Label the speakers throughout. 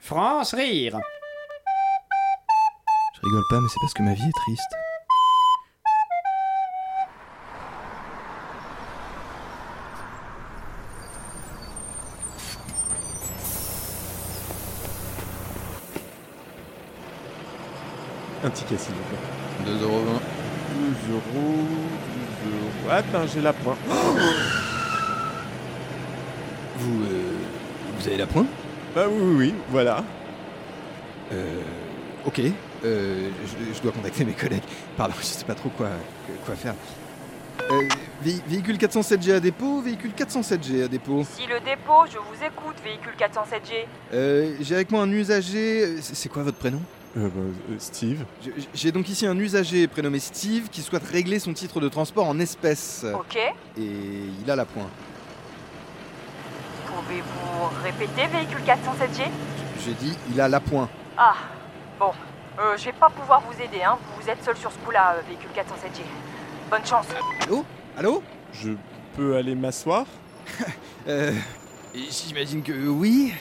Speaker 1: France rire.
Speaker 2: Je rigole pas, mais c'est parce que ma vie est triste.
Speaker 3: Un ticket, s'il vous plaît.
Speaker 4: 2,20 euros.
Speaker 3: 12 euros, 12 euros. Ah ben, j'ai la pointe.
Speaker 4: Vous, euh, vous avez la pointe
Speaker 3: Bah oui, oui, oui, voilà.
Speaker 4: Euh, ok. Euh, je, je dois contacter mes collègues. Pardon, je sais pas trop quoi, quoi faire. Euh, vé- véhicule 407G à dépôt, véhicule 407G à dépôt.
Speaker 5: Si le dépôt, je vous écoute, véhicule 407G.
Speaker 4: Euh, J'ai avec moi un usager. C'est c'est quoi votre prénom
Speaker 3: Euh, bah, euh, Steve,
Speaker 4: Je- J'ai donc ici un usager prénommé Steve qui souhaite régler son titre de transport en espèces.
Speaker 5: Ok.
Speaker 4: Et il a la pointe.
Speaker 5: Pouvez-vous répéter, véhicule 407G
Speaker 4: J'ai dit, il a la pointe.
Speaker 5: Ah, bon. Euh, je vais pas pouvoir vous aider, hein. Vous êtes seul sur ce coup-là, euh, véhicule 407G. Bonne chance.
Speaker 4: Allô Allô
Speaker 3: je peux aller m'asseoir
Speaker 4: Euh. J'imagine que oui.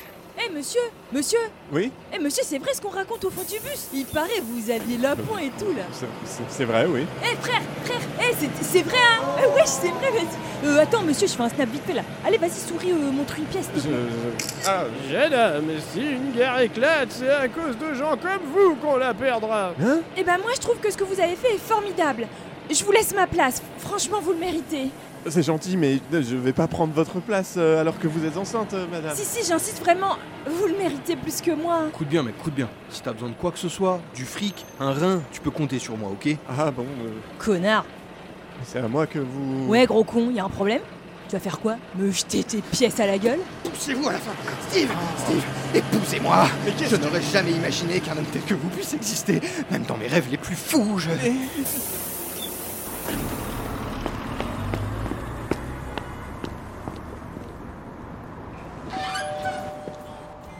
Speaker 6: Eh monsieur, monsieur,
Speaker 3: Oui,
Speaker 6: eh monsieur, c'est vrai ce qu'on raconte au fond du bus. Il paraît vous aviez l'appoint et tout là.
Speaker 3: c'est- c'est c'est vrai, oui.
Speaker 6: Eh frère, frère, eh c'est- c'est vrai hein. Eh wesh, c'est vrai, vas-y. Euh, attends monsieur, je fais un snap vite fait là. Allez, vas-y, souris, euh, montre une pièce.
Speaker 3: Je-
Speaker 6: t'es-
Speaker 3: je- Ah,
Speaker 7: Jeune homme, si une guerre éclate, c'est à cause de gens comme vous qu'on la perdra.
Speaker 3: hein
Speaker 6: Eh ben moi, je trouve que ce que vous avez fait est formidable. Je vous laisse ma place. Franchement, vous le méritez.
Speaker 3: C'est gentil, mais je vais pas prendre votre place euh, alors que vous êtes enceinte, euh, madame.
Speaker 6: Si si, j'insiste vraiment. Vous le méritez plus que moi.
Speaker 8: Coup de bien, mec, coup de bien. Si t'as besoin de quoi que ce soit, du fric, un rein, tu peux compter sur moi, ok
Speaker 3: Ah bon, euh,
Speaker 6: Connard.
Speaker 3: c'est à moi que vous...
Speaker 6: Ouais, gros con, y a un problème Tu vas faire quoi Me jeter tes pièces à la gueule
Speaker 8: Poussez-vous à la fin Steve Steve Épousez-moi
Speaker 3: Mais qu'est-ce
Speaker 8: Je n'aurais jamais imaginé qu'un homme tel que vous puisse exister, même dans mes rêves les plus fous, je...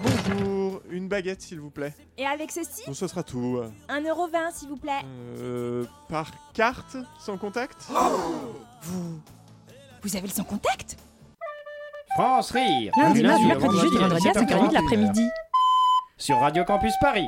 Speaker 3: Bonjour, une baguette, s'il vous plaît.
Speaker 6: Et avec ceci,
Speaker 3: Bon, ce sera tout.
Speaker 6: 1,20€ s'il vous plaît.
Speaker 3: Euh, par carte, sans contact
Speaker 6: Vous. Vous avez le sans contact
Speaker 1: France rire.
Speaker 9: Lundi,
Speaker 1: Du
Speaker 9: mardi,
Speaker 1: au
Speaker 9: mercredi, jeudi,
Speaker 1: vendredi à
Speaker 9: vendredi à
Speaker 1: 7h41
Speaker 9: 5h30 de l'après-midi.
Speaker 1: Sur Radio Campus Paris.